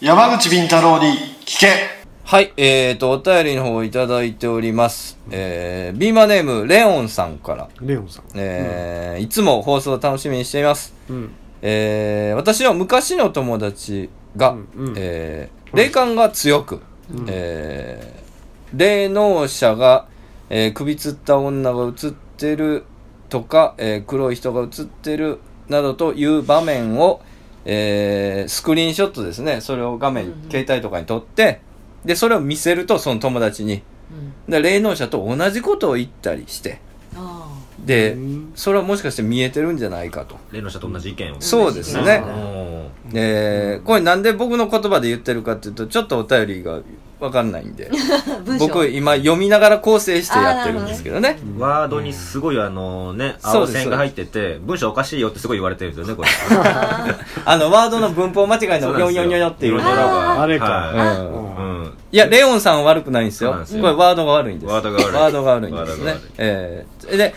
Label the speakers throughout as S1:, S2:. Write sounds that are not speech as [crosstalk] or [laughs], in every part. S1: 山口敏太郎に聞け
S2: はい、えーと、お便りの方をいただいております。えー、ビーマネーム、レオンさんから、
S3: レオンさん。
S2: えーいつも放送を楽しみにしています。
S3: うん。
S2: えー私の昔の友達が、
S3: うんうん
S2: えー霊感が強く、えー霊能者が、えー首吊った女が映ってるとか、えー黒い人が映ってるなどという場面を、えースクリーンショットですねそれを画面、携帯とかに撮ってでそれを見せるとその友達に
S4: うん
S2: で霊能者と同じことを言ったりして
S4: あ
S2: で
S3: うん
S2: それはもしかして見えてるんじゃないかと。
S5: 例の社と同じ意見を
S2: そうですね
S5: うん
S2: えーこれなんで僕の言葉で言ってるかっていうとちょっとお便りが分かんないんで
S4: あ文章
S2: 僕今読みながら構成してやってるんですけどね
S5: ワードにすごいあのね
S2: そう
S5: 青
S2: です
S5: 線が入ってて文章おかしいよってすごい言われてるんですよねこ
S2: [laughs]
S5: れ
S2: あのワードの文法間違い
S5: そう
S2: の
S5: なん
S2: ヨン
S5: です
S2: ヨンヨンヨンっていう
S5: ヨンヨンヨンが
S3: あれか
S5: は
S2: う
S3: うん
S5: いうん
S2: いやレオンさんは悪くないんですよ
S5: そうなんですよ
S2: これワードが悪いんです
S5: ワードが悪い
S2: ワードが悪いんですね
S5: ワードが悪い
S2: えーで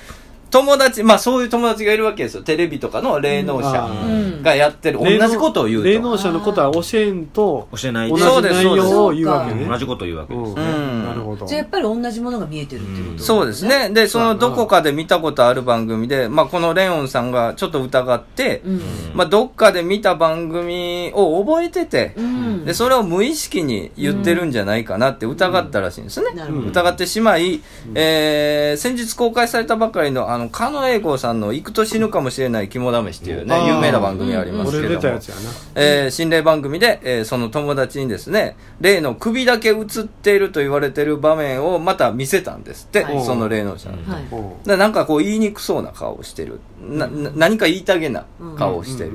S2: 友達まあそういう友達がいるわけですよテレビとかの霊能
S3: う
S2: 者
S3: ん
S4: うん
S2: がやってる
S3: 霊能
S2: 同じことを言うと
S3: 霊能者のことは教えんと、
S5: 教えない
S3: 同
S5: で
S3: じ
S2: そうです
S3: 内容を言うわけ
S4: そう
S3: ね。
S5: 同じこと言うわけです
S3: うん。
S5: ね
S3: なるほど。
S4: じゃあやっぱり同じものが見えてるってこと
S2: そうですね。で、そ
S3: そうや
S2: の
S3: な
S2: どこかで見たことある番組で、まあ、このレオンさんがちょっと疑って、
S4: うん
S2: まあ、どっかで見た番組を覚えてて、
S4: うん
S2: で、それを無意識に言ってるんじゃないかなって疑ったらしいんですね。
S4: なるほど
S2: 疑ってしまい、えー先日公開されたばかりの、あの、狩野英孝さんの行くと死ぬかもしれない肝試しっていう
S3: あー
S2: ね、有名な番組ありますけ
S3: 俺
S2: れど
S3: 出
S2: も。
S3: たやつやな。
S2: えー心霊番組で、えーその友達にですね、例の首だけ映っていると言われている場面をまた見せたんですって、
S4: はい
S2: その霊能者の。
S4: はい
S3: うん
S2: でなんかこう言いにくそうな顔をしてる。な、な何か言いたげな顔をしてる。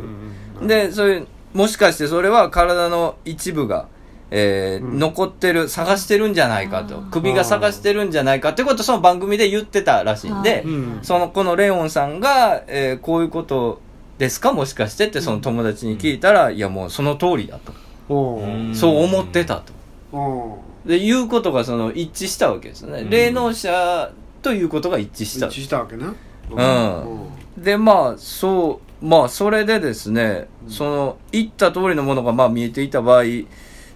S3: うん
S2: で、そういう、もしかしてそれは体の一部が、えー
S3: うん
S2: 残ってる、探してるんじゃないかと。首が探してるんじゃないかってことをその番組で言ってたらしいんで、
S3: うん
S2: その、このレオンさんが、えーこういうことですかもしかしてってその友達に聞いたら、いやもうその通りだと。
S3: お
S5: う
S3: うん
S2: そう思ってたと。
S3: お
S2: で、いうことがその一致したわけですよね。
S5: うん
S2: 霊能者ということが一致し
S3: 一
S2: た
S3: 致。したわけな。う
S2: うんでまあそうまあそれでですね、その言った通りのものがまあ見えていた場合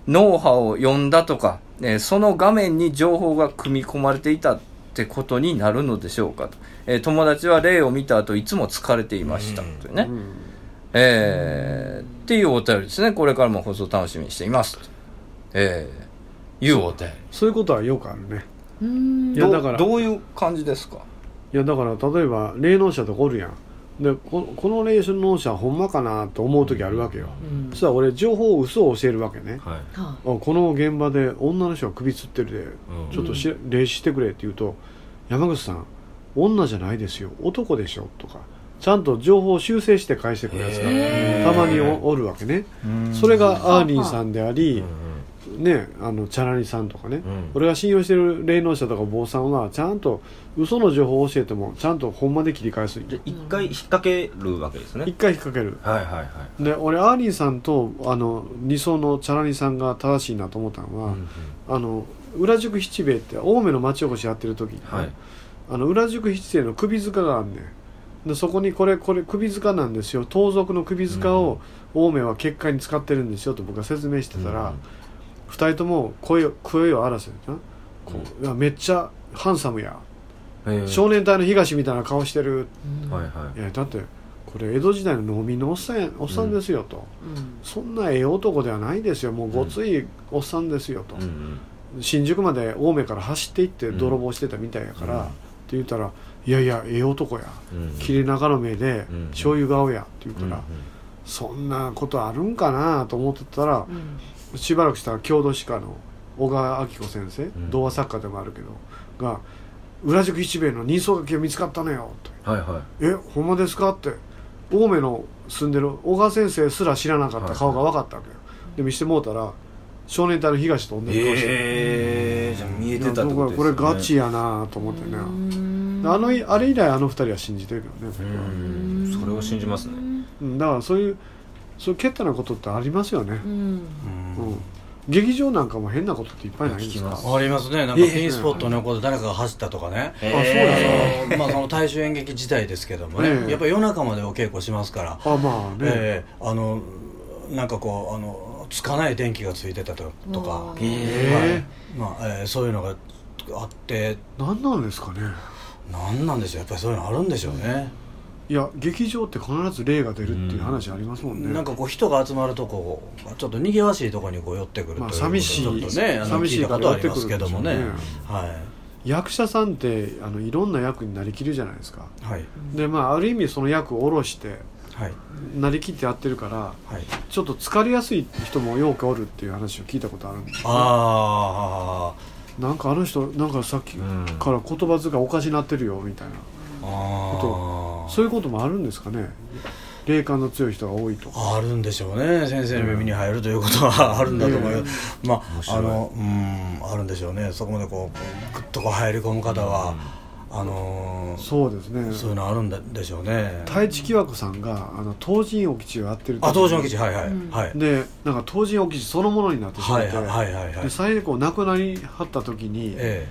S2: 脳波を読んだとか、えーその画面に情報が組み込まれていたってことになるのでしょうかと、えー友達は霊を見た後いつも疲れていました
S5: うん
S2: というね、
S3: うん
S2: えーっていうお便りですねこれからも放送楽しみにしていますと、えーいうお便り
S3: そういうことはよくあるね。
S4: うん
S3: いや
S2: ど
S3: だから
S2: どういう感じですか
S3: いやだから例えば霊能者とかおるやんでここの霊能者ほんまかなと思う時あるわけよ、
S4: うん
S3: そしたら俺情報を嘘を教えるわけね、
S5: はい
S3: あ
S4: は
S3: この現場で女の人が首吊ってる
S5: うん
S3: でちょっとし、霊視してくれって言うと山口さん女じゃないですよ男でしょとかちゃんと情報を修正して返してくるやつ
S5: へ
S3: が
S5: ー
S3: たまにおおるわけねそれがアーリンさんであり、
S5: う
S3: ね、あのチャラニさんとかね、
S5: うん
S3: 俺が信用してる霊能者とか坊さんはちゃんと嘘の情報を教えてもちゃんとほんまで切り返す
S5: んで一回引っ掛けるわけです
S3: 一
S5: ね
S3: 回引っ掛ける
S5: はいはいはい
S3: で俺アーリンさんとあの理想のチャラニさんが正しいなと思ったのは、
S5: うん
S3: あの裏宿七兵衛って青梅の町おこしやってる時に、
S5: はい
S3: あの裏宿七兵衛の首塚があんねんでそこにこれこれ首塚なんですよ盗賊の首塚を青梅は結界に使ってるんですよと僕が説明してたら、二人とも声を声を荒らせるなこう、いやめっちゃハンサムや、
S5: へー
S3: 少年隊の東みたいな顔してる、
S4: い
S5: はいはい
S3: やだってこれ江戸時代の農民のおっさんやおっさんですよと、
S4: うん
S3: そんなええ男ではないですよもうごついおっさんですよと、
S5: うんうん
S3: 新宿まで青梅から走っていって泥棒してたみたいやから、
S5: うん
S3: って言ったら「いやいやええ男や
S5: うん
S3: 切れ長の目で
S5: うん
S3: 醤油顔や」って言う
S5: う
S3: か
S5: ん
S3: ら、そんなことあるんかなと思ってたら、
S4: うん
S3: しばらくしたら郷土史家の小川明子先生、
S5: ん
S3: 童話作家でもあるけどが「裏宿七兵衛の人相書きが見つかったのよ」と
S5: はいはい
S3: 「えほんまですか?」って青梅の住んでる小川先生すら知らなかった顔が分かったわけよ、で見してもうたら少年隊の東と同じ顔してる、
S5: ええじゃあ見えてたって
S3: 僕
S5: こ
S3: は
S5: とです
S3: こ
S5: よ
S3: れ
S5: ね
S3: ガチやなと思ってね、あのいあれ以来あの二人は信じてるよね、
S5: うんそれを信じますね
S3: うんだからそういうそういうけったなことってありますよね
S4: う、ん
S3: うん劇場なんかも変なことっていっぱいないんですか
S5: 聞きます
S6: ありますねなんかピンスポットの横で誰かが走ったとかね、
S3: あそうやな、
S6: あのまあその大衆演劇自体ですけどもね、
S3: ええ
S6: やっぱり夜中までお稽古しますから、
S3: あまあね、
S6: ええあのなんかこうあのつかない電気がついてたとと
S4: う、
S6: か
S4: ん
S3: え
S6: まあえーそういうのがあって
S3: え何なんですかね
S6: なんなんでしょうやっぱりそういうのあるんでしょうね、
S3: いや劇場って必ず霊が出るっていう話ありますもんね、
S6: なんかこう人が集まるとこうちょっと賑わしいとこにこう寄ってくるという
S3: まあ
S6: こと
S3: 寂しい
S6: ちょっとねあの
S3: 寂しい
S6: 聞いた
S3: か
S6: こ
S3: ら
S6: とあ
S3: 寄って
S6: り
S3: くるん
S6: ま
S3: です
S6: す
S3: よね
S6: けどもねは
S3: 役者さんってあのいろんな役になりきるじゃないですか
S6: いはい
S3: でまあある意味その役を下ろして
S6: はい
S3: なりきってやってるから
S6: はい
S3: ちょっと疲れやすい人もようかおるっていう話を聞いたことあるんです
S6: あ
S3: なんかあの人なんかさっき
S5: うん
S3: から言葉遣いおかしなってるよみたいな、
S6: ーあー
S3: そういうこともあるんですかね霊感の強い人が多いとか
S6: あるんでしょうね先生の耳に入るということは [laughs] あるんだと思います、ま
S5: 面
S6: あ
S5: 白い
S6: あのうんあるんでしょうねそこまでこうグッとこう入り込む方は、あのー
S3: そうですね
S6: そういうのあるんだでしょうね
S3: 太一紀和子さんがあの東神お吉をやってる時に
S6: あ当時の基地はいはい、
S4: うん
S6: はい
S3: でなんか東神お吉そのものになってしま
S6: は
S3: っ
S6: い
S3: て、
S6: はいはいはいはい
S3: で最後亡くなりはった時に、
S6: え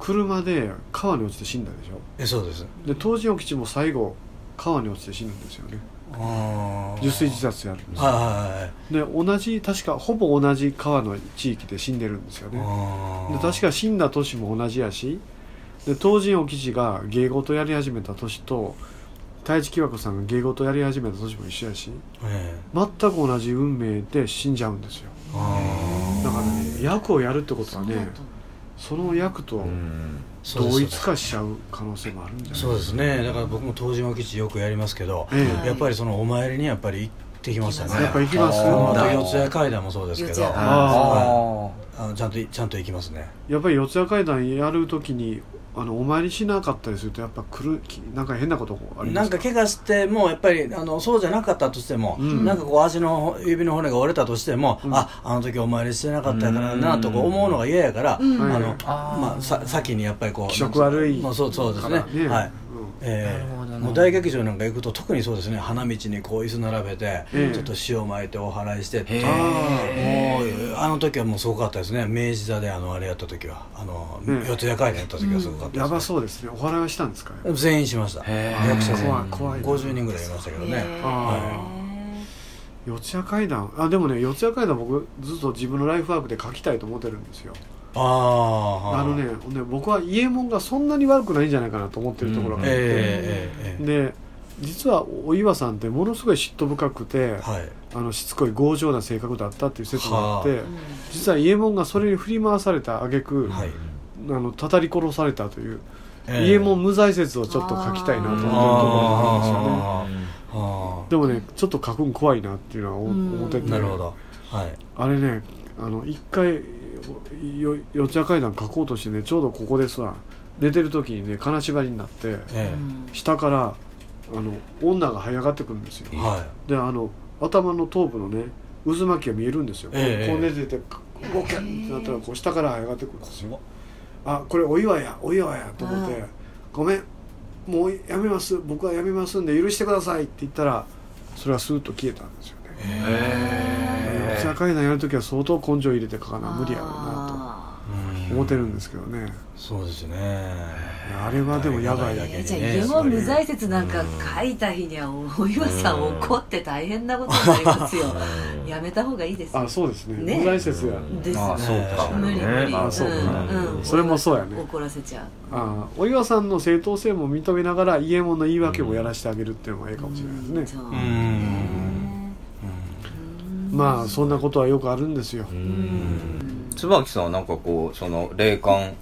S3: 車で川に落ちて死んだでしょ
S6: ええそうです
S3: で東神お吉も最後川に落ちて死ぬんですよね
S6: あー
S3: 受水自殺やるんですよ
S6: はいはいはい
S3: で同じ確かほぼ同じ川の地域で死んでるんですよね
S6: あー
S3: で確か死んだ年も同じやしで東神お吉が芸事やり始めた年と太一紀和子さんが芸事やり始めた年も一緒やし
S6: ええ
S3: 全く同じ運命で死んじゃうんですよ
S6: あ
S3: だからね役をやるってことは
S4: そ
S3: ね
S4: うだったの
S3: その役と
S5: うん
S6: ーそうです
S3: 同一化しちゃう可能性もあるんじゃない
S6: そうですねだから僕も東島基地よくやりますけど、
S3: え
S4: はい
S6: やっぱりそのお参りにやっぱり行ってきましたね
S3: やっぱ行きます
S6: あ
S3: や
S6: と四谷階段もそうですけ
S4: 四
S6: ど
S4: 谷階
S3: 段
S6: あ
S2: あ
S6: あのちゃんとちゃんと行きますね
S3: っぱり四谷階段やるときにあのお参りしなかったりするとやっぱ来るきなんか変なことありま
S6: な
S3: す
S6: ん
S3: か
S6: か怪我してもやっぱりあのそうじゃなかったとしても、
S3: うん
S6: なんかこう足の指の骨が折れたとしても、
S3: うん
S6: ああの時お参りしてなかったからな
S5: うん
S6: とか思うのが嫌やから、
S4: うん
S6: あ
S3: はい
S6: の
S2: あー
S6: まあ、さ先にやっぱりこう
S3: 気色悪い
S6: まあ、そうそうですね
S3: ね
S6: はい、え
S2: なるほど
S6: ー、
S2: な
S6: もう大劇場なんか行くと特にそうですね花道にこう椅子並べて、
S3: ええ
S6: ちょっと塩巻いてお祓いしてって
S5: へ
S6: もうあの時はもうすごかったですね明治座であのあれやった時はあの、
S3: ええ
S6: 四谷階段やった時はすごかったですね、
S3: やばそうですねお祓いはしたんですか
S6: 全員しました
S5: へー
S6: 役者全員
S3: 怖い怖い
S6: 50人ぐらいいましたけどね、
S4: へー
S3: あ四谷階段あでもね四谷階段僕ずっと自分のライフワークで書きたいと思ってるんですよ
S6: ああ
S3: あのねほんで僕は家門がそんなに悪くないんじゃないかなと思ってるところがあって、
S6: えええええ
S3: で実はお岩さんってものすごい嫉妬深くて、
S6: えはい
S3: あのしつこい強情な性格だったっていう説もあって、
S6: は
S4: うん
S3: 実は伊右衛門がそれに振り回された挙句、
S6: はい
S3: あの叩り殺されたという伊
S6: ええ
S3: 右衛門無罪説をちょっと書きたいなと思ってるところもあるんですよね
S6: ああ
S3: でもねちょっと書くん怖いなっていうのは思
S4: うん
S3: 思って
S6: あ
S3: て
S6: なるほどはい
S3: あれねあの一回よ四谷階段書こうとしてねちょうどここですわ寝てる時にね金縛りになって
S6: え
S3: 下からあの女が這い上がってくるんですよ
S6: えはい
S3: であの頭の頭部のね渦巻きが見えるんですよ、
S6: ええ
S3: こう寝てて動けんってなったらこう下から上がってくるんですよあこれお岩やお岩やと思って
S4: ああ
S3: 「ごめんもうやめます僕はやめますんで許してください」って言ったらそれはスーッと消えたんですよね四谷階段やるときは相当根性入れて書かな無理やろうな
S4: あ
S3: と思ってるんですけどね、
S6: すそうですね
S3: あれはでもやばい
S6: だ
S3: だ
S4: ーえ
S6: け
S4: ーじゃあ
S6: にね
S4: 家門無罪説なんか書いた日にはお岩さん怒って大変なことになりますよやめた方がいいですよ
S3: あそうですね
S4: ね
S3: 無罪説や、
S4: です
S2: あそうか
S4: 無理無理
S5: あ
S3: そうか
S4: んん
S3: それもそうやね
S4: 怒らせちゃう
S3: ああお岩さんの正当性も認めながら伊右衛門の言い訳もやらせてあげるっていうのがいいかもしれないですね、
S4: そう
S6: うん
S3: まあそんなことはよくあるんですよ、
S2: 椿さんはなんかこうその霊感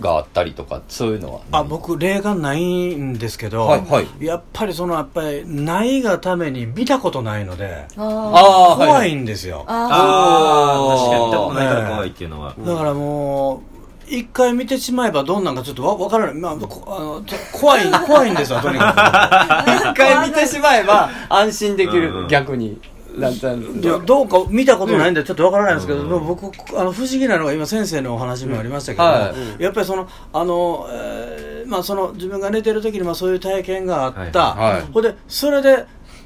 S2: があったりとかそういうのは
S6: あ僕霊感ないんですけど、
S2: はいはい
S6: やっぱりそのやっぱりないがために見たことないので
S4: あー
S2: あー
S6: 怖
S2: は
S6: いんですよ、
S5: ああ確かに見たこと
S2: あ
S5: ないから怖いっていうのは
S6: だからもう一回見てしまえばどんなんかちょっとわ分からない、まあ、こあのちょ怖い怖いんですわとにか
S2: 一回見てしまえば安心できる、
S5: うん
S2: 逆になんとな
S6: く
S2: く
S6: いやどうか見たことないんでちょっと分からないんですけど、でも僕あの不思議なのが今先生のお話にもありましたけど、
S2: は
S6: やっぱりそのあの、えーまあ、その自分が寝てる時にまあそういう体験があった、
S2: はいはい
S6: ほんでそれで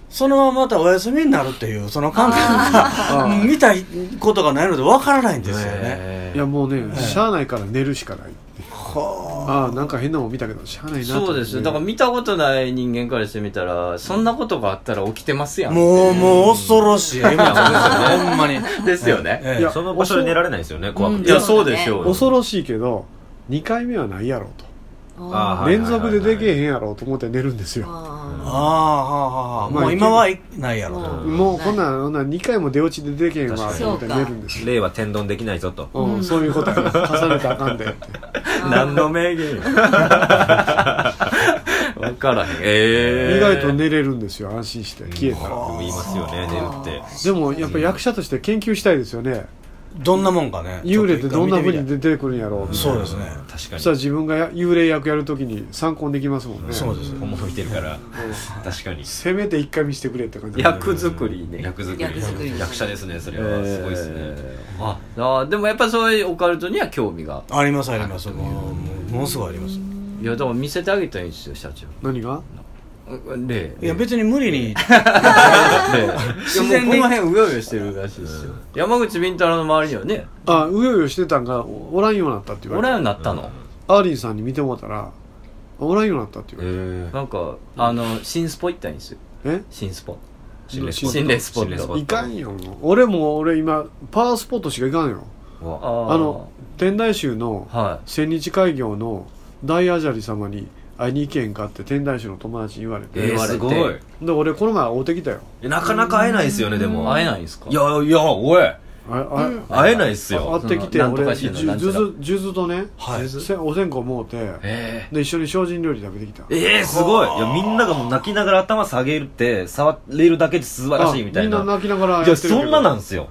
S6: そのまままたお休みになるっていうその感覚が見たことがないので分からないんですよね。
S3: いやもうね、しゃあないから寝るしかない
S6: は
S3: ああなんか変なもん見たけどしゃあないなと思って
S2: そうですよだから見たことない人間からしてみたらそんなことがあったら起きてますやん
S6: もうもう恐ろしい今ほんまに
S2: ですよね
S6: ええ
S3: いや
S5: その場所で寝られないですよね、怖く
S4: うん
S2: い
S5: て。
S2: やそうでしょうよ
S3: 恐ろしいけど2回目はないやろうと、
S5: あはいはいはい
S3: 連続ででけえへんやろうと思って寝るんですよ、
S6: ああ
S4: あ
S6: はあはあ
S3: まあ
S6: もう今はいないやろ
S4: う
S6: と
S4: ん
S3: もうこんなんこんなん2回も出落ちででけへんわと思って寝るんですよ
S5: 例は天丼できないぞと。
S3: そう,、ん、そういうことや [laughs] 重ねたらあかんでって
S5: 何の名言
S2: 分からへんええ
S3: 意外と寝れるんですよ安心して消えたら、
S5: 言いますよね、寝るって。
S3: でもやっぱ役者として研究したいですよね
S6: どんなもんかね
S3: 幽霊ってどんなふうに
S6: ちょっと一回見てみ
S3: 出てくるんやろう
S6: たいそうですね
S5: 確か
S3: そ
S5: に
S3: したら。自分がや幽霊役やるときに参考にできますもんね
S6: そうです
S5: 思いてるから。確かに。
S3: せめて一回見せてくれって感じ
S2: 役作りね
S5: 役作
S4: 役作り
S5: り。役者ですね、それ
S2: え
S5: は。
S2: ー
S5: すごいですね。
S2: ああーでもやっぱそういうオカルトには興味が
S6: ありますありますもうものすごいあります
S2: いやでも見せてあげたらいいんですよ社長
S3: 何が
S2: 例
S6: いや別に無理に
S2: [laughs] 自然にこの辺うようよしてるらしいですよ山口み太郎の周りにはね
S3: あうようよしてたんがおおらんようになったって言
S2: お
S3: わ
S2: らん
S3: れ
S2: よ
S3: て
S2: うになったの
S3: アーリンさんに見てもらったらおらんようになったって言われて
S5: え
S2: なんかあの新スポ行ったんですよ
S3: え
S2: 新スポ
S5: 心霊
S2: 心霊スポット
S5: 心霊
S3: いかんよもう俺も俺今パワースポットしか行かんよ
S5: わ
S2: あー
S3: あの天台宗の
S2: は
S3: 千日開業の大アジャリ様に会いに行けんかって天台宗の友達に言われて
S5: えー、すごい
S3: で俺この前会うてきたよ
S5: えなかなか会えないですよねで
S2: い
S5: も
S2: 会えないんですか
S5: いやいやおい
S3: ああ
S5: 会えないっすよ
S3: 会ってきて
S2: なんとか
S3: 俺
S2: し
S3: 数
S2: てんのなんちゃら
S3: 珠数珠とね
S6: はい
S3: せお線香もうて
S5: え
S3: で一緒に精進料理食べてきた
S5: ーえー、すごいいやみんながもう泣きながら頭下げるって触れるだけで素晴らしいみたい
S3: あ
S5: な
S3: みんな泣きながらやっ
S5: い
S3: て
S5: や
S3: るけど
S5: そんななんですよ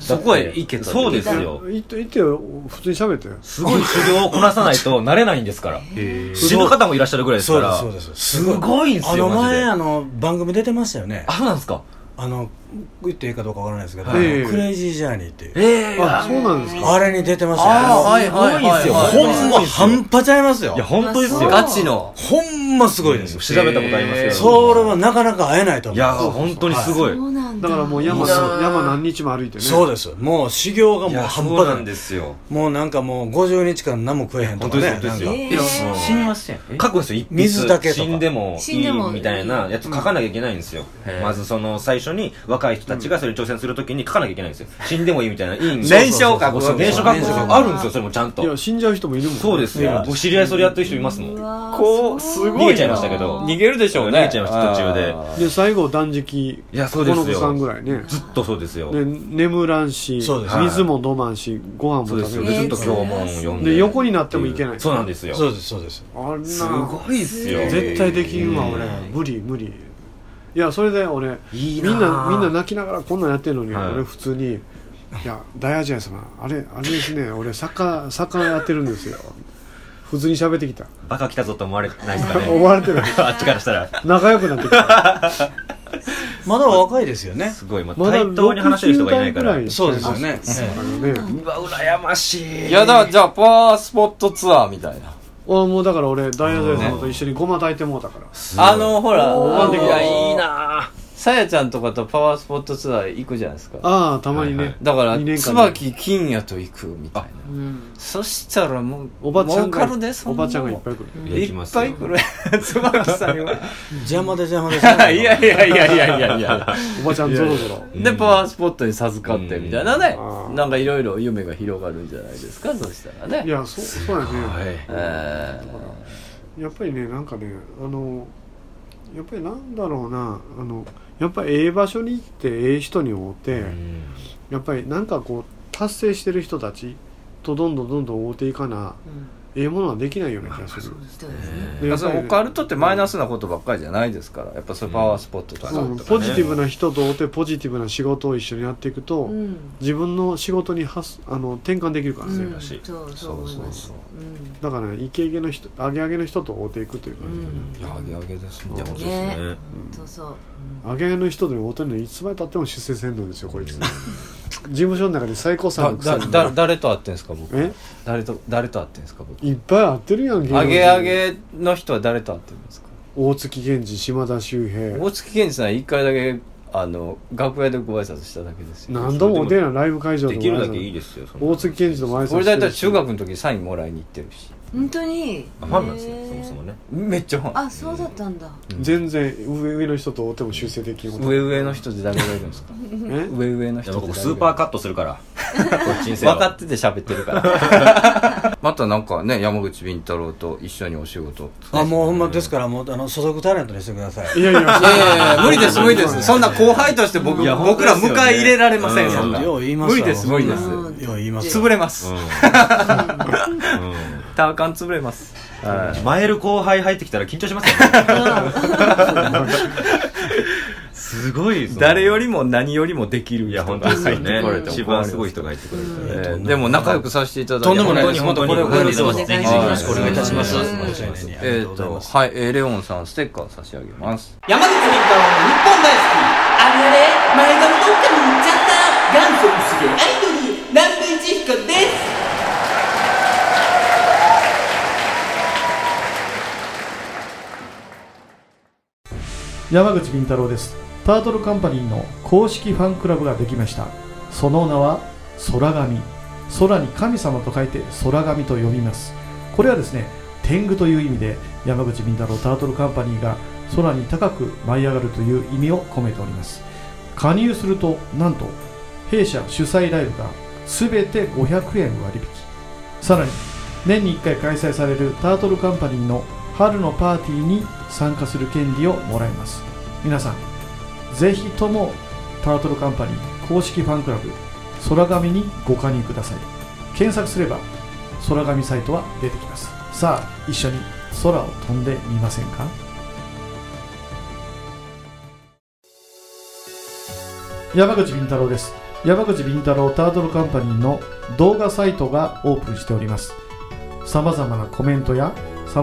S2: そこへ行けたって
S5: そうですよ
S3: いって行ってよ普通に喋って
S5: すごい修行をこなさないとなれないんですから死ぬ方もいらっしゃるぐらいです
S6: そ
S5: か
S6: うで
S5: ら
S6: すそうです
S5: すごいん
S6: あ
S5: すよ
S6: の前
S5: マジで
S6: あの番組出てましたよね
S5: あそうなんですか
S6: あの言っていいかどうかわからないですけど
S5: はい
S6: ええクレイジージャーニーっていう
S5: ええ
S3: あそうなんですか
S6: あれに出てました
S5: あ
S6: よ
S5: あすごいんすよ
S2: はい
S5: ほ
S6: ほん
S5: ん
S6: ま
S5: ま半
S6: 半端ちゃいますよ
S5: いや本当ですよ
S2: ガチの
S6: ほんますごいですよ
S5: 調べたことありますけど
S6: それはなかなか会えないと
S5: い
S6: 思う
S5: や本当にすごい
S4: そうなんだ
S3: だからもう
S6: い
S3: 山
S6: いな
S3: 山何日も歩いてね
S6: そうですもう修行が
S5: い
S6: もう
S5: や
S6: 半
S5: そう
S6: 端な
S5: なんん
S6: で
S5: ですよ
S6: もうなんかもう50日間何も食えへんとかね
S5: 本当です
S6: な
S5: よ
S6: んか
S4: え
S5: いや
S4: ー
S5: そう
S2: 死にませんえ
S5: 書くんですよ一筆
S6: 水だけとか
S5: 死んでも
S4: 死
S5: い
S4: んで
S5: い
S4: も
S5: みたいなやつ書かなきゃいけないんですよ、
S2: うん
S5: まずその最初に若い人たちがそれに挑戦するときに書かなきゃいけないんですよ死んでもいいみたいないいんですよ
S2: 年少覚悟
S5: そうそう年少覚悟があるんですよそれもちゃん
S3: いや
S5: と
S3: 死んじゃう人もいるもん
S5: そうですよ僕知り合いそれやってる人いますもん
S4: うわー
S2: こうすごいな
S5: 逃げちゃいましたけど
S2: 逃げるでしょうね
S5: 逃げちゃいました途中で
S2: あー
S3: で最後断食
S5: いやそうですよ
S3: 9日間ぐらいね
S5: ずっとそうですよ
S3: で眠らんし
S6: そうです
S3: 水も飲まんしご飯
S5: そう
S3: も
S5: です
S3: 食
S5: よ
S3: べる
S5: でずっと教本を読んで
S3: で横になってもいけない
S5: そうなんですよ
S6: そうですそうです
S3: あんな
S5: すごいっすよ
S3: 絶対できんわ俺無理無理いやそれで俺
S5: いい
S3: みんな
S5: な
S3: みんな泣きながらこんなんやってるのに、
S5: はい
S3: 俺普通に「いや大アジア様あれあれですね俺サッカーサッカーやってるんですよ」普通に喋ってきた
S5: バカ来たぞと思われないですか
S2: [laughs]
S3: 思
S5: ね
S3: われてない
S5: あっちからしたら
S3: 仲良くなってきた
S6: まだ若いですよね
S5: すごいまあ
S3: まだ
S5: 対等に話してる人がいないか
S3: 60
S5: ら
S3: 代ぐらい
S6: そうですよね
S3: あ
S6: え
S3: のね
S5: うわ羨ましい
S2: いやだからじゃあパワースポットツアーみたいな
S3: 俺もうだから俺大アジア様と一緒にごま炊いてもうたから
S2: あのほら
S3: ー
S2: い
S3: いや
S2: いな
S5: な
S2: さやちゃんとかとパワースポットツアー行くじゃないですか
S3: ああたまにね、
S5: はいはい
S2: だから
S3: 二年間で
S2: 椿金也と行くみたいな
S4: うん
S2: そしたらもう
S3: おばちゃん
S2: 儲か
S3: が
S2: るでそ
S3: お
S2: なも
S3: ばちゃんがいっぱい来る
S2: いっぱい来る椿さ [laughs] んは
S6: 邪魔で邪魔で
S2: いやいやいやいやいやいや
S3: おばちゃんぞろぞろ
S2: でパワースポットに授かってみたいなね
S3: うん
S2: なんかいろいろ夢が広がるんじゃないですかそしたら
S3: い
S2: ね
S3: やそうそうやね
S5: はい
S2: えー
S3: やっぱりねなんかねあのやっぱりなんだろうなあのやっぱりええ場所に行ってええ人に会うて、やっぱりなんかこう達成してる人たちとどんどんどんどん会うていかな
S4: うん
S3: ええものはできないような気がする
S4: そうですね
S3: で
S2: いや
S3: やっ
S2: そ
S3: ぱり
S2: の
S3: ね
S2: オカルトってマイナスなことばっかりじゃないですからやっぱそれパワースポットとか
S3: う
S2: ね
S3: んポジティブな人と会うてポジティブな仕事を一緒にやっていくと、
S4: うん
S3: 自分の仕事に発すあの転換できるからね、
S4: うん
S5: しい
S4: そうそう思います
S2: そう
S4: うん
S3: だからねイケイケの人アゲアゲの人と会うていくというか、ね
S2: いやアゲアゲですね
S5: いや本当です
S4: ね
S5: ね
S4: 本当そう
S3: アゲアゲの人で会うてるのにいつまでたっても出世せんのですよこいつ事務所の中で最高
S2: だ
S3: 裁の
S2: だ
S3: に
S2: だ誰と会ってんすか僕
S3: え
S2: 誰と誰と会ってんすか僕
S3: いっぱい会ってるやん芸能人
S2: アゲアゲの人は誰と会ってるんですか
S3: 大月健二島田秀平
S2: 大月健二さん一回だけあの楽屋でご挨拶しただけですよ
S3: 何度もお手やライブ会場で
S5: で
S3: も
S5: きるだけいいですよその
S3: 大月健二とも挨拶して
S2: 俺
S3: る
S2: だったら中学の時にサインもらいに行ってるし
S4: 本当に
S5: ファンなんですよ
S4: へー
S5: そもそもね
S2: めっちゃファン
S4: あそうだったんだ
S7: 全然上上の人と会っても修正できんこと
S2: 上上の人で誰がいるんですか
S7: え
S2: 上上の
S5: や
S2: 人
S5: っ
S2: で誰が
S5: ぱここ
S2: いる
S5: スーパーカットするからこっちにせよ
S2: 分かってて喋ってるから [laughs] またなんかね山口敏太郎と一緒にお仕事
S6: あもうほんまですからもうあの所属タレントにしてください
S7: いやいや
S2: いやいやいや無理です無理ですそんな後輩として僕
S5: いや
S2: 僕ら
S5: 本当で
S2: 迎
S5: すよね
S2: え入れられません
S5: うん
S2: そんな
S6: よう言いますわ
S2: 無理です無理です
S4: うん
S6: よう言います
S2: 潰れます
S5: うん
S2: ターカン潰れますはい
S5: マイル後輩入ってきたら緊張しますよねすごいです
S2: 誰よりも何よりもできる
S5: いや
S2: 人
S5: 本
S2: が
S5: 当です
S2: 入
S5: よ
S2: って
S5: ね
S2: こられても困ります
S5: 一番すごい人が入ってくれ
S2: え
S5: る
S2: ーでも仲良くさせていただいて
S6: とんでもないです
S2: 本当に
S6: 本当
S2: 本当に
S6: に
S4: これこれこれ
S2: これ
S4: ぜひ
S2: は
S4: よろしくお願いいたします
S2: は
S4: お願いし
S6: ます
S2: えっとはいえーレオンさんステッカー差し上げます
S8: 山口み太郎の日本大好きあれあれ前髪どっかに行っちゃった元祖薄毛アイドル南部一彦です
S9: 山口敏太郎ですタートルカンパニーの公式ファンクラブができましたその名は空神空に神様と書いて空神と呼びますこれはですね天狗という意味で山口敏太郎タートルカンパニーが空に高く舞い上がるという意味を込めております加入するとなんと弊社主催ライブが全て500円割引さらに年に1回開催されるタートルカンパニーの春のパーティーに参加する権利をもらえます皆さんぜひともタートルカンパニー公式ファンクラブ空紙にご加入ください検索すれば空紙サイトは出てきますさあ一緒に空を飛んでみませんか山口敏太郎です山口敏太郎タートルカンパニーの動画サイトがオープンしておりますさまざまなコメントやさ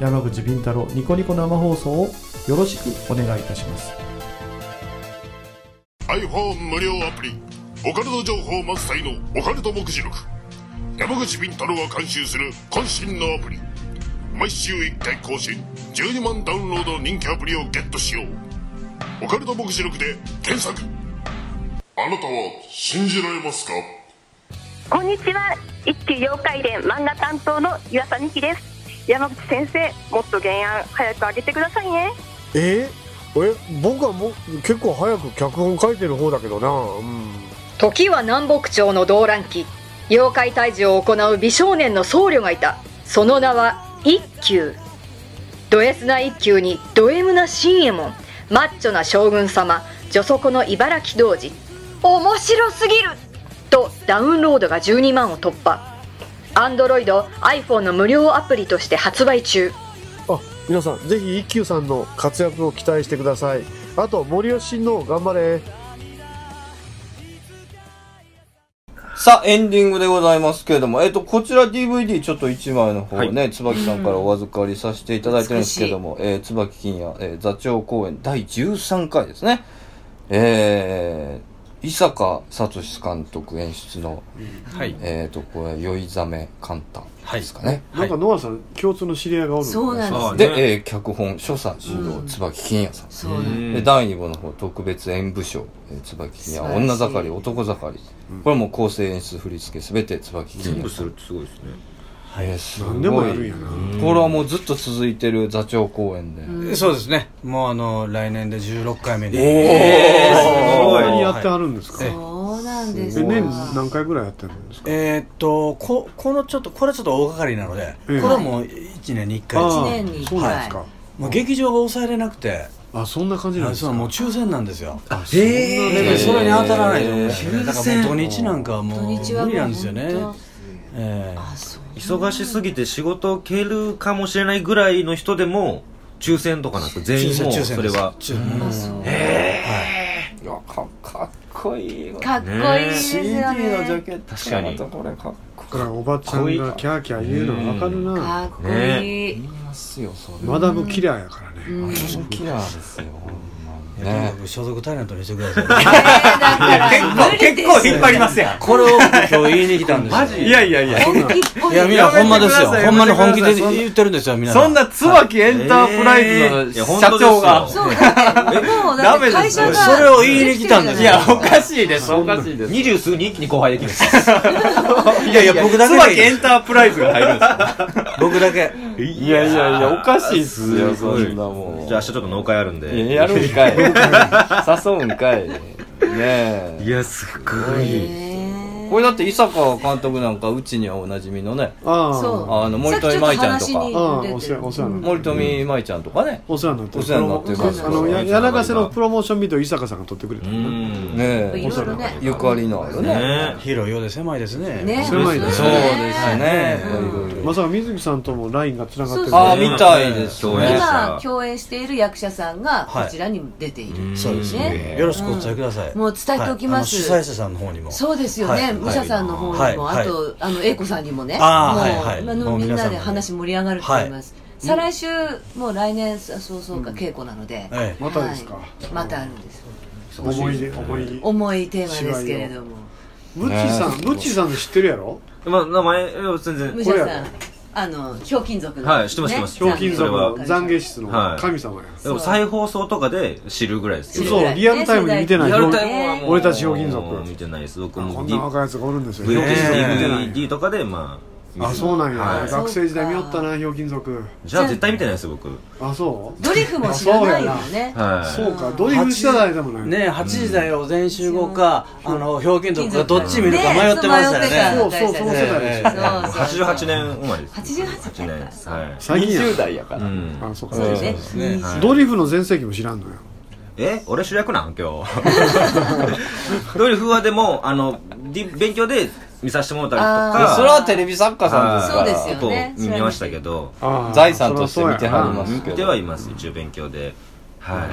S9: 山口敏太郎ニコニコ生放送をよろしくお願いいたします
S1: iPhone 無料アプリオカルト情報満載のオカルト目次録山口敏太郎が監修する渾身のアプリ毎週1回更新12万ダウンロードの人気アプリをゲットしようオカルト目次録で検索あなたは信じられますか
S10: こんにちは一級妖怪伝漫画担当の岩佐美希です山口先生もっと原案早く上げてくださいね
S3: ええ僕はもう結構早く脚本書いてる方だけどな、うん、
S11: 時は南北朝の動乱期妖怪退治を行う美少年の僧侶がいたその名は一休ド S な一休にド M な新右衛門マッチョな将軍様女底の茨城童子面白すぎるとダウンロードが12万を突破 Android、iPhone の無料アプリとして発売中
S3: あ皆さんぜひ一休さんの活躍を期待してくださいあと森吉親王頑張れ
S2: さあエンディングでございますけれどもえっとこちら DVD ちょっと1枚の方をね、
S5: は
S2: 椿さんからお預かりさせていただいてるんですけども、えー椿金也、えー座長公演第13回ですねえー、伊坂聡監督演出の、
S5: はい
S2: えっとこれ「酔いざめ簡単」ですかね、
S7: なんかノアさん共通の知り合いがおるんだ
S4: そうなんです
S5: あ
S2: で、
S5: ね
S2: えー脚本所作指導、椿金也さん
S4: そうなんです
S2: で第2部の方特別演舞賞、えー、椿金
S4: 素晴
S2: 谷
S4: らしい
S2: 女盛り男盛り、これもう構成演出振り付け全て椿金
S5: 全部
S2: 谷
S5: するってすごいですね
S2: えーす
S7: 何でも
S2: ご
S7: やるん
S2: い
S7: やな
S2: これはもうずっと続いてる座長公演で、
S6: そうですねもうあの来年で16回目で
S5: え
S7: そん
S5: ー
S7: な
S5: す
S7: に
S5: ごい
S7: やってはるんですか、
S6: え
S4: そうなんで
S7: え
S4: すか
S7: 年何回ぐらいやってるんですか
S6: えーっとここのちょっとこれはちょっと大掛かりなので、
S7: ええ
S6: これはもう1年に1回
S7: ああ
S4: 年に一
S7: そ
S4: 回
S7: うなんですか
S6: もう劇場が抑えれなくて
S7: あそんな感じなんです
S6: そう
S7: か
S6: もう抽選なんですよ
S5: えー
S6: でそれに当たらないと思うし、
S5: えー
S6: だからもう土日なんかはも
S4: 土
S6: う
S4: 日は
S6: 無
S4: もう
S6: 理なんですよね、
S4: 本
S6: え
S4: 当あそう
S5: 忙しすぎて仕事を蹴るかもしれないぐらいの人でも抽選とかなんですか
S6: え
S5: 全員もう
S6: 抽選
S5: それは
S6: 抽選です抽選
S4: そう
S2: いやかかっこいい
S4: かっこいいですよね
S2: CD のジャケット
S5: 確かに
S2: またこれかっこ
S3: これおばちゃんがキャーキャー言うのわかるな、
S4: かっこいい、
S2: ますよそれ
S3: マダムキラーやからね、
S4: うん
S2: キラーですよ
S6: いやとにかく所属タレントにしてください。
S12: 結構引っ張りますやん
S6: [laughs] これを今日言いに来たんですよ。
S12: いやいやいや
S6: いや、みんなほんまですよ。
S12: やめてください
S6: ほんまに本気で
S12: やめてください
S6: 言ってるんですよ、みんな。
S12: そんな椿エンタープライズの社長が
S4: そうだってもうだって会社が
S6: それを言いに来たんです
S12: いやおかしいですおかしいです
S5: 二十数人一気に後輩
S2: [laughs]
S5: できるんです
S12: いやいや僕だけ椿エンタープライズが入るんです
S6: 僕だけ。
S2: いやいやいやおかしいっすよ
S5: すごい
S2: そんなもん
S5: じゃあ明日ちょっと農会あるんで
S2: いややるんかい誘うんかいねえ
S5: いやすごい
S2: これだって伊坂監督なんかうちにはおなじみのね
S3: あ
S2: あ
S3: そう
S2: の森富舞ちゃんと
S4: さっきちょっと話
S2: か
S4: に出てる
S3: ああお世話お世話になって
S2: 森富舞ちゃんとかね
S3: お世話になって
S2: お世話になってます
S3: あのややらかせのプロモーションビデオ伊坂さんが撮ってくれた
S2: ねえ
S4: いろいろね
S2: ゆかりのあるね
S6: ね広いようで狭いですね。
S4: ね
S3: 狭いね
S2: そうですね
S3: まさか水木さんともラインがつながってる
S2: ああみたいですね
S4: 今共演している役者さんがこちらにも出ている、
S6: そうですね。よろしくお伝えください。
S4: うんもう伝えておきます
S6: はいあの主催者さんの方にも。
S4: そうですよね、
S6: はい
S4: 武者さんの方にも、
S6: はい
S4: あとあの英子さんにもね
S6: あー
S4: もう、
S6: はいはい
S4: あ
S6: も
S4: の
S6: う
S4: みん
S6: 皆さ
S4: なん
S6: も
S4: で
S6: ね
S4: 話盛り上がると思います、再来週もう来年さそうそうか稽古なので、
S6: ええ
S3: またですか
S4: はいまたあるんです
S3: 思い出思い出
S4: 重いテーマですけれども
S3: ムッチーさん
S5: ねえ
S3: ムッチーさんの知ってるやろ
S5: まあ名前は全然
S4: 武者さんあのひょうきん族の、
S5: はい知ってます知ってます
S4: ね
S5: ひょうきん族の
S4: 懺悔
S3: 懺悔室の
S5: はい
S3: 神様や
S5: でも再放送とかで知るぐらいですけど
S3: そうリアルタイムに見てない
S5: リアルタイムはもう
S3: 俺たちひょうきん
S5: もう
S3: 族
S5: 見てないです僕も
S3: こんな若いやつがおるんですよね
S5: VOD とかでまあ
S3: あそうなんや
S5: はい
S3: 学生時代見よったなひょうきん族
S5: じゃあ絶対見てないですよ僕
S3: あそう
S4: ドリフも知らないよね
S5: はい
S3: そうかドリフ世代でもない
S6: ね8時だよ全集合か、あの表現族がどっち見るか迷ってました
S4: ねそ
S6: よね
S4: う迷ってたそうそうその世代ですそうそう
S5: 88年生まれです
S4: 88
S5: 年ですはい
S3: 最近や
S2: 20代やから
S3: あそうか
S5: そうですね
S3: はいドリフの全盛期も知らんのよ
S5: え俺主役なん今日 [laughs] ドリフはでもあのディ勉強で見させてもらったりと
S2: いや
S5: か
S2: それはテレビ作家さんですから
S5: はい
S2: そうですよね
S5: 結構見ましたけど
S2: あー財産として見てはりますけど
S5: うん見てはいます一応勉強では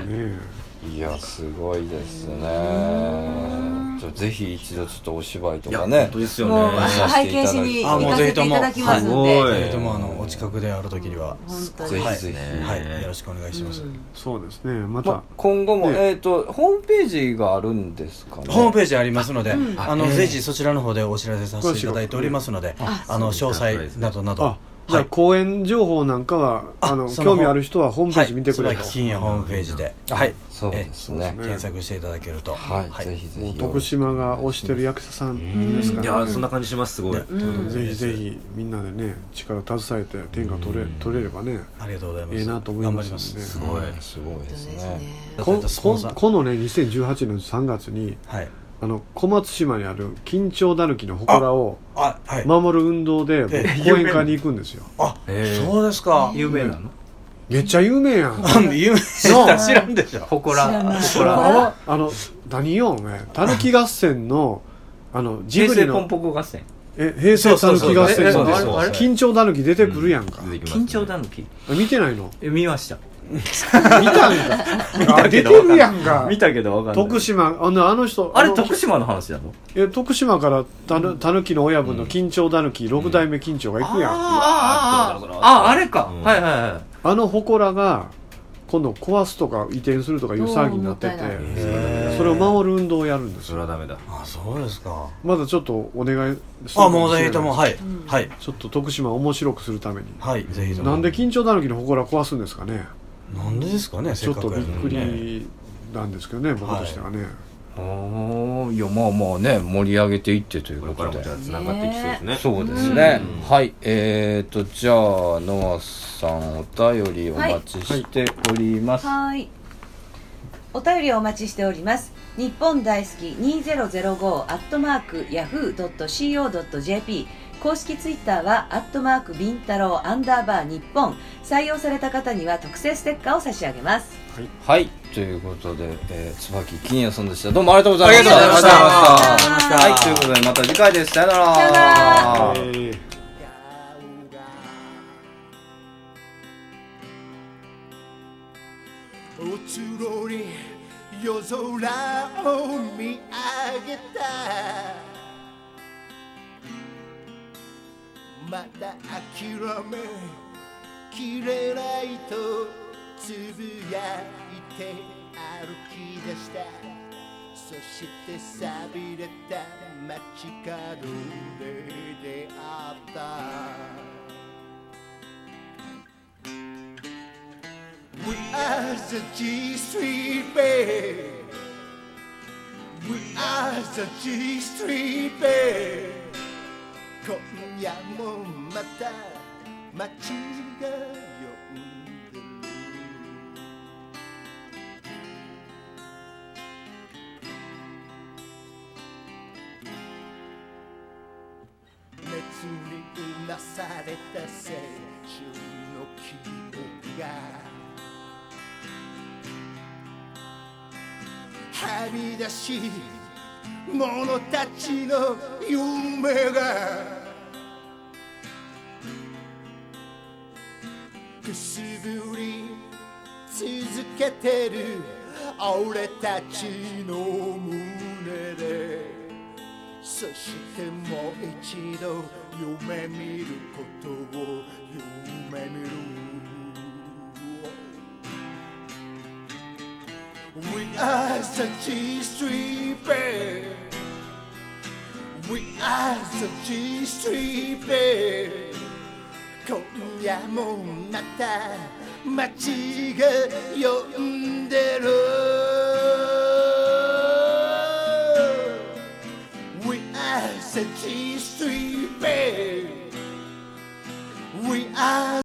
S5: い
S2: いやすごいですねじゃあぜひ一度ちょっとお芝居とか
S5: いや
S2: ね
S5: 本当ですよ
S6: ね
S2: 見させていただき
S4: もう拝見しに
S6: あもうぜひとも
S4: 行かせていただきますんで
S6: はいぜひともあのお近くである時には
S4: 本当
S6: はい
S4: にぜひ
S3: ぜひ
S6: はいよろしくお願いします
S3: そうですねま
S2: まあ今後も、えっ、とホームページがあるんですかね
S6: ホームページありますので
S2: うん
S6: あの
S2: ええ
S6: ぜひそちらの方でお知らせさせていただいておりますのであの詳細などなど
S3: じゃあ公演情報なんかはあの興味ある人はホームページ見てくれ
S6: はい
S3: と
S6: 椿金やホームページではい
S2: そうですね
S6: 検索していただけると
S2: はいぜひぜひ
S3: 徳島が推してる役者さんですか
S5: い
S3: ら
S5: やそんな感じしますすごい
S3: ねぜひぜひみんなでね力を携えて天下取れ取れればね
S6: ありがとうございます
S3: ええなと思いますよね
S6: 頑張ります
S2: ごいです
S6: ね
S3: こここのね2018年3月に、あの小松島にある緊張だるきの祠を
S6: あ
S3: 守る運動で僕
S6: ええ
S3: 講演会に行くんですよ
S6: あそうですか有名なの
S3: めっちゃ有名やん
S6: [laughs] 有名
S3: そう
S6: 知らんでしょ
S3: 知らないあわあの何よお前たぬき合戦のあのジブリ
S12: 平成ポン
S3: の
S12: ポコ合戦
S3: え平成たぬき合戦
S12: そうそうそうそう
S3: の
S12: あれあれ
S3: 緊張だるき出てくるやんか、
S12: 緊張だのき
S3: 見てないの
S12: え見ました
S3: 見たんかあ出てるやんか
S12: 見たけどわかんない
S3: 徳島あのあの人
S12: あれ
S3: の
S12: 徳島の話なの
S3: え徳島からたぬたぬきの親分の緊張だぬき、六代目緊張が行くやん、
S12: あーあーあーああれかはいはいはい
S3: あの祠が今度壊すとか移転するとかいう騒ぎになってて
S12: おーもったいない
S3: それを守る運動をやるんです
S5: それはダメだ
S6: あそうですか
S3: まだちょっとお願い
S6: あもうぜひともはいはい
S3: ちょっと徳島を面白くするために
S6: はいぜひとも
S3: なんで緊張だぬきの祠壊すんですかね
S6: なんでですかね
S3: ちょっと
S6: せっ
S3: び
S6: か
S3: っ
S6: くやの
S3: く
S6: にね
S3: りなんですけどね僕としてはね、
S2: おーいやまあまあね盛り上げていってということで
S5: つながっていきそうですね
S2: そうですね、はいえー、とじゃあノアさんお便りお待ちしております、
S4: はい。お便りをお待ちしております。日本大好き2005アットマーク yahoo.co.jp 公式ツイッターはアットマークビンタロウアンダーバー日本採用された方には特製ステッカーを差し上げます。
S3: はい、
S2: ということで、えー、椿金也さんでしたどうもありがとうございました
S6: ありがとうございました
S2: はいということでまた次回ですさよなら
S6: さよな
S3: ら
S9: おつろり夜空を見上げたまた諦めきれないとつぶやいて歩き出したそして錆びれた街角で出会った We are the G Street Band. We are the G Street Band. 今夜もまた街が呼んでる。熱にうなされた青春の記憶が。はみ出し者たちの夢がくすぶり続けてる俺たちの胸でそしてもう一度夢見ることを夢見る We are the G Street Band. We are the G Street Band. 今夜もまた街が呼んでる。